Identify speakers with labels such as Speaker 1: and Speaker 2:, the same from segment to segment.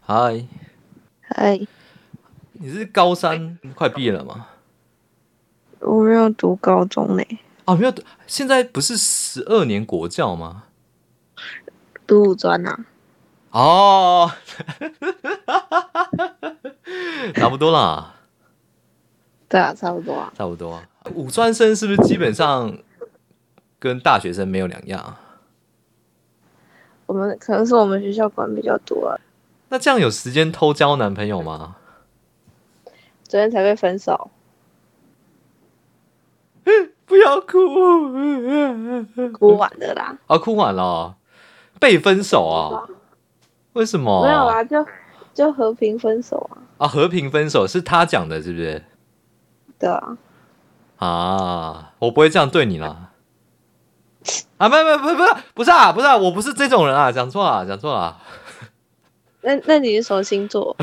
Speaker 1: 嗨，
Speaker 2: 嗨，
Speaker 1: 你是高三哎快毕业了吗？
Speaker 2: 我没有读高中呢、
Speaker 1: 啊，没有，现在不是十二年国教吗？
Speaker 2: 读五专啊呐、
Speaker 1: 哦， 差不多啦，
Speaker 2: 对啊，差不多啊。
Speaker 1: 差不多。五专生是不是基本上跟大学生没有两样啊？
Speaker 2: 我们可能是我们学校管比较多啊，
Speaker 1: 那这样有时间偷交男朋友吗？
Speaker 2: 昨天才被分手。
Speaker 1: 不要哭，
Speaker 2: 哭完的啦，
Speaker 1: 啊，哭完了哦，被分手啊？为什么？
Speaker 2: 没有啊啦，就就和平分手啊。
Speaker 1: 啊，和平分手是他讲的，是不是？
Speaker 2: 对啊，
Speaker 1: 啊，我不会这样对你啦。 啊，不不不不，不是啊，不是啊，我不是这种人啊，讲错了，讲错了，
Speaker 2: 那那你是什么星座？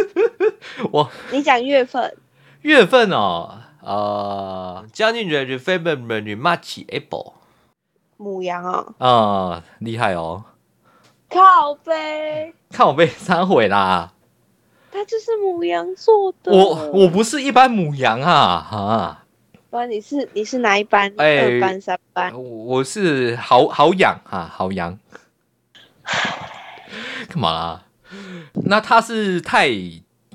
Speaker 1: 我
Speaker 2: 你讲月份，
Speaker 1: 月份哦，呃
Speaker 3: 将近人 refinement r e m a t c h able，
Speaker 2: 母羊哦，
Speaker 1: 呃，厉害哦，
Speaker 2: 靠背，
Speaker 1: 看我被忏毁啦，
Speaker 2: 他就是母羊座
Speaker 3: 啊
Speaker 2: 的。
Speaker 1: 我我不是一般母羊啊啊，
Speaker 2: 不然你是你是哪一班？
Speaker 1: 哎
Speaker 2: 二班、三班？
Speaker 1: 我我是好好养 啊，好羊，干嘛啦？那他是太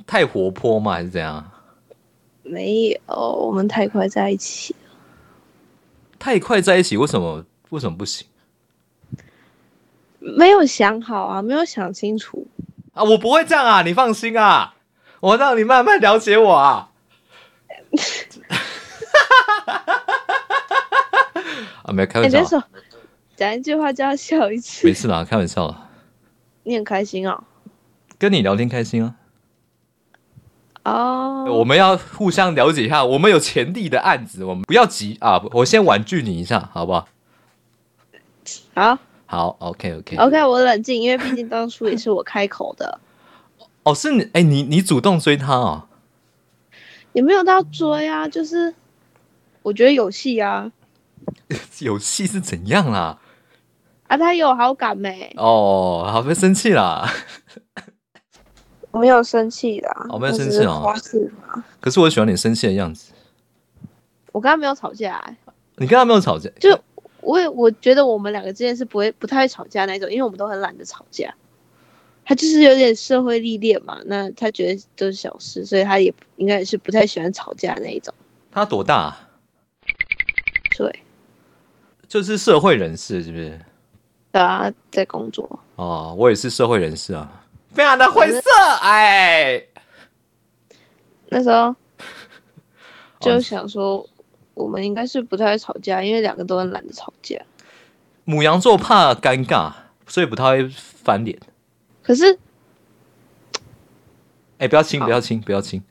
Speaker 1: 太活泼吗，还是怎样？
Speaker 2: 没有，我们太快在一起了，
Speaker 1: 太快在一起，为什么为什么不行？
Speaker 2: 没有想好啊，没有想清楚。
Speaker 1: 啊，我不会这样啊，你放心啊，我让你慢慢了解我啊。 啊，没有开
Speaker 2: 哎、
Speaker 1: 玩
Speaker 2: 你
Speaker 1: 笑
Speaker 2: 这
Speaker 1: 啊，
Speaker 2: 首讲一句话就要笑一次
Speaker 1: 没，事啦，开玩笑啦，
Speaker 2: 你很开心哦。
Speaker 1: 跟你聊天开心啊。
Speaker 2: 哦，
Speaker 1: 我们要互相了解一下，我们有潜力的案子，我们不要急啊，我先婉拒你一下，好不好？
Speaker 2: 好
Speaker 1: 好，OK OK。
Speaker 2: ，OK，我冷静，因为毕竟当初也是我开口的，
Speaker 1: 哦，是你，哎，你你主动追他哦，
Speaker 2: 也没有到追啊，就是我觉得有戏啊，
Speaker 1: 有戏是怎样啦？
Speaker 2: 啊，他有好感没？
Speaker 1: 哦，好，别生气啦。
Speaker 2: 我没有生气啦，
Speaker 1: 哦没有生气哦
Speaker 2: 我只是夸饰
Speaker 1: 可是我喜欢你生气的样子。
Speaker 2: 我跟他没有吵架、欸，
Speaker 1: 你跟他没有吵架，
Speaker 2: 就我也我觉得我们两个之间是不会不太会吵架那种，因为我们都很懒得吵架。他就是有点社会历练嘛，那他觉得都是小事，所以他也应该也是不太喜欢吵架那一种。
Speaker 1: 他多大啊、
Speaker 2: 对，
Speaker 1: 就是社会人士，是不是？
Speaker 2: 对啊，在工作。
Speaker 1: 哦，我也是社会人士啊，非常的晦涩，哎，
Speaker 2: 那时候就
Speaker 1: 哦
Speaker 2: 想说，我们应该是不太会吵架，因为两个都很懒得吵架。
Speaker 1: 母羊座怕尴尬，所以不太会翻脸。
Speaker 2: 可是
Speaker 1: 哎，不要亲，
Speaker 2: 好
Speaker 1: 不要亲，不要亲，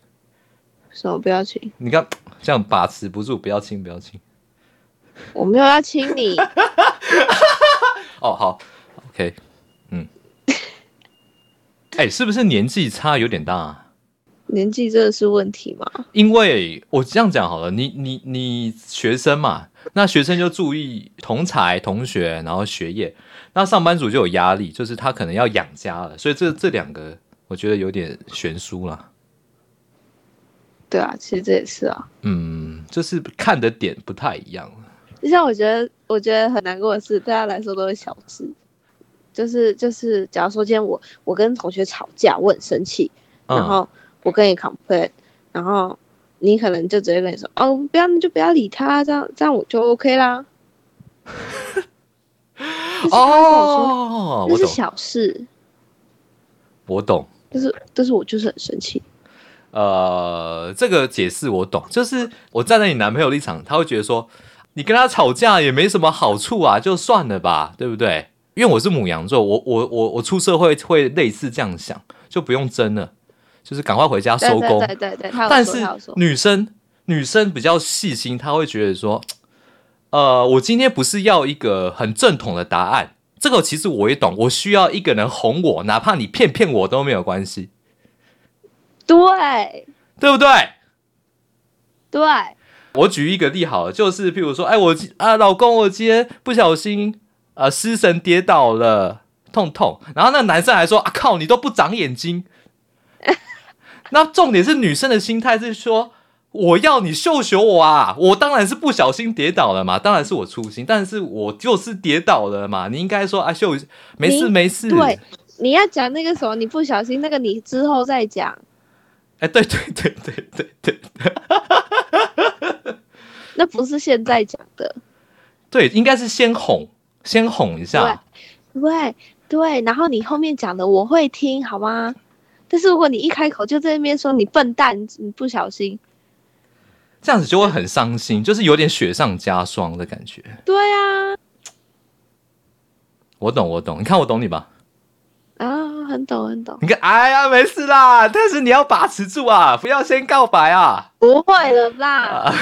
Speaker 2: 什么不要亲，
Speaker 1: 你看这样把持不住，不要亲，不要亲。
Speaker 2: 我没有要亲你，
Speaker 1: 哦，好，OK，嗯， 哎，是不是年纪差有点大、啊？
Speaker 2: 年纪真的是问题吗？
Speaker 1: 因为我这样讲好了，你你你学生嘛，那学生就注意同才同学，然后学业。那上班族就有压力，就是他可能要养家了，所以这这两个我觉得有点悬殊啦。
Speaker 2: 对啊，其实这也是啊。
Speaker 1: 嗯，就是看的点不太一样了。
Speaker 2: 就像我觉得，我觉得很难过的是，对他来说都是小事。就是就是，假如说今天我我跟同学吵架，我很生气，
Speaker 1: 嗯、
Speaker 2: 然后我跟你 complain，然后你可能就直接跟你说，哦，不要，那就不要理他，这样这样我就 OK 啦。就是他会跟我
Speaker 1: 哦，
Speaker 2: 说这
Speaker 1: 我
Speaker 2: 是
Speaker 1: 懂，
Speaker 2: 小事，
Speaker 1: 我懂。
Speaker 2: 但是但是我就是很生气。
Speaker 1: 呃，这个解释我懂，就是我站在你男朋友立场，他会觉得说，你跟他吵架也没什么好处啊，就算了吧，对不对？因为我是母羊座，我我我我出社会会类似这样想，就不用争了，就是赶快回家
Speaker 2: 对
Speaker 1: 收工。
Speaker 2: 对对对对，他有
Speaker 1: 但
Speaker 2: 说
Speaker 1: 是
Speaker 2: 他有说，
Speaker 1: 女生女生比较细心，她会觉得说，呃，我今天不是要一个很正统的答案，这个其实我也懂，我需要一个人哄我，哪怕你骗骗我都没有关系，
Speaker 2: 对
Speaker 1: 对不对？
Speaker 2: 对，
Speaker 1: 我举一个例好了，就是譬如说，哎，我今啊，老公，我今天不小心呃失神跌倒了，痛痛。然后那个男生还说：“啊靠，你都不长眼睛。” 那重点是女生的心态是说：“我要你秀秀我啊！我当然是不小心跌倒了嘛，当然是我粗心，但是我就是跌倒了嘛。你应该说啊秀，没事
Speaker 2: 你
Speaker 1: 没事。”
Speaker 2: 对，你要讲那个什么，你不小心那个，你之后再讲。
Speaker 1: 哎，对对对对对对
Speaker 2: 那不是现在讲的，
Speaker 1: 对，应该是先哄，先哄一下。
Speaker 2: 对对。然后你后面讲的我会听，好吗？但是如果你一开口就在那边说你笨蛋，你不小心，
Speaker 1: 这样子就会很伤心，就是有点雪上加霜的感觉。
Speaker 2: 对啊
Speaker 1: 我懂，我懂，你看我懂你吧？
Speaker 2: 啊，很懂很懂，
Speaker 1: 你看，哎呀，没事啦，但是你要把持住啊，不要先告白啊。
Speaker 2: 不会了啦。
Speaker 1: 啊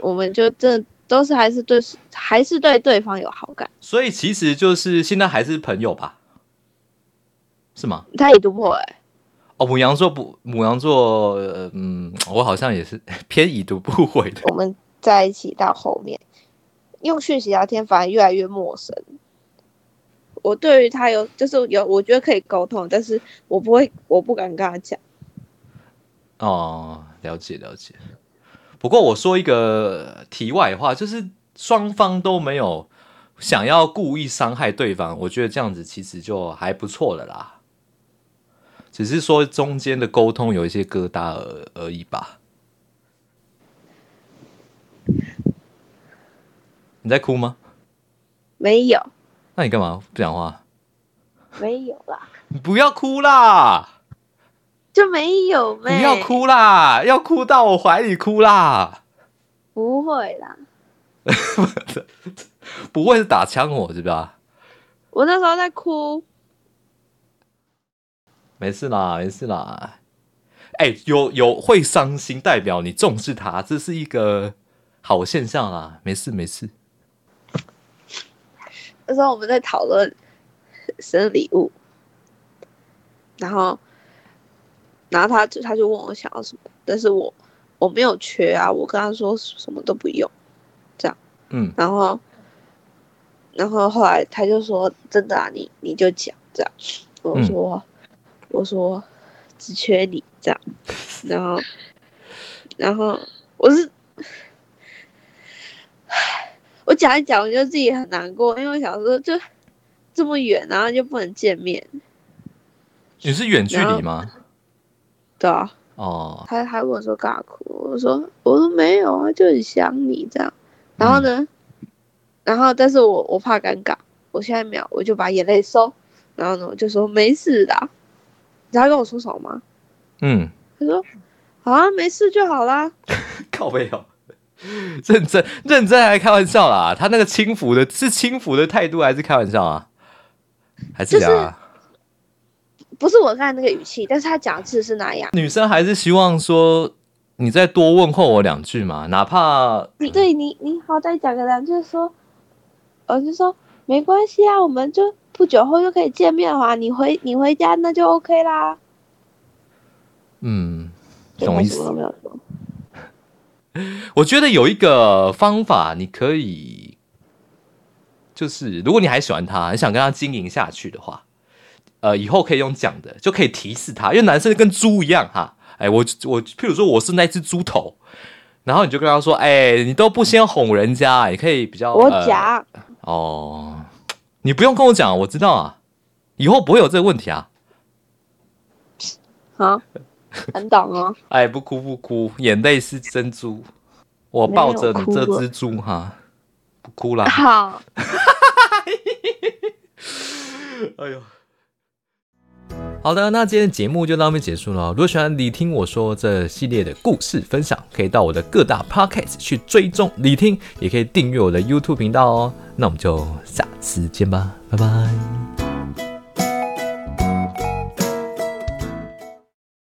Speaker 2: 我们就真的都是还是对还是对对方有好感，
Speaker 1: 所以其实就是现在还是朋友吧？是吗？
Speaker 2: 他也突破哎、
Speaker 1: 哦，母羊座不，母羊座，呃嗯，我好像也是 偏已读不回的。
Speaker 2: 我们在一起到后面，用讯息聊天反而越来越陌生。我对于他有，就是有，我觉得可以沟通，但是我不会，我不敢跟他讲。
Speaker 1: 哦，了解了解。不过我说一个题外话，就是双方都没有想要故意伤害对方，我觉得这样子其实就还不错了啦。只是说中间的沟通有一些疙瘩而而已吧。你在哭吗？
Speaker 2: 没有，
Speaker 1: 那你干嘛不讲话？
Speaker 2: 没有啦，
Speaker 1: 你不要哭啦！
Speaker 2: 就没有
Speaker 1: 不
Speaker 2: 呗。
Speaker 1: 要，哭啦！要哭到我怀里哭啦！
Speaker 2: 不会啦。
Speaker 1: 不会是打枪我是吧？
Speaker 2: 我那时候在哭，
Speaker 1: 没事啦，没事啦。哎、有有会伤心，代表你重视他，这是一个好现象啦。没事没事，
Speaker 2: 那时候我们在讨论生日礼物，然后，然后他就他就问我想要什么，但是我我没有缺啊，我跟他说什么都不用。
Speaker 1: 嗯，
Speaker 2: 然后，然后后来他就说：“真的啊，你你就讲这样。”我
Speaker 1: 嗯
Speaker 2: 说：“我说只缺你这样。”然后，然后我是我讲一讲，我就自己很难过，因为我想说就这么远，然后就不能见面，
Speaker 1: 你是远距离吗？
Speaker 2: 对啊。
Speaker 1: 哦，
Speaker 2: 他还问我说干嘛哭，我说我说没有啊，就很想你这样。然后呢，
Speaker 1: 嗯
Speaker 2: 然后但是我我怕尴尬，我现在没有，我就把眼泪收。然后呢，我就说没事的啊。你知道他跟我说什么吗？
Speaker 1: 嗯，
Speaker 2: 他说好啊，没事就好啦。
Speaker 1: 靠背哦，认真认真还开玩笑啦。他那个轻浮的是轻浮的态度还是开玩笑啊？还是
Speaker 2: 就是
Speaker 1: 啊？
Speaker 2: 不是我刚才那个语气，但是他讲的字是那样。
Speaker 1: 女生还是希望说你再多问候我两句嘛，哪怕
Speaker 2: 你对你你好歹讲个两句说，我就说没关系啊，我们就不久后就可以见面了啊。你回你回家那就 OK 啦。
Speaker 1: 嗯，
Speaker 2: 对
Speaker 1: 懂
Speaker 2: 他
Speaker 1: 意
Speaker 2: 什么
Speaker 1: 思哦
Speaker 2: 都。没有说。
Speaker 1: 我觉得有一个方法，你可以，就是如果你还喜欢他，你想跟他经营下去的话，呃，以后可以用讲的，就可以提示他，因为男生跟猪一样哈。哎，我我譬如说我是那只猪头，然后你就跟他说，哎，你都不先哄人家，你可以比较
Speaker 2: 我
Speaker 1: 呃
Speaker 2: 讲。
Speaker 1: 哦，你不用跟我讲，我知道啊，以后不会有这个问题啊。
Speaker 2: 啊，很懂哦。
Speaker 1: 哎，不哭不哭，眼泪是珍珠，我抱着你这只猪哈，不哭啦。
Speaker 2: 好，
Speaker 1: 哎呦。好的，那今天的节目就到这边结束了哦。如果喜欢你听我说这系列的故事分享，可以到我的各大 podcast 去追踪你听，也可以订阅我的 YouTube 频道哦。那我们就下次见吧，拜拜。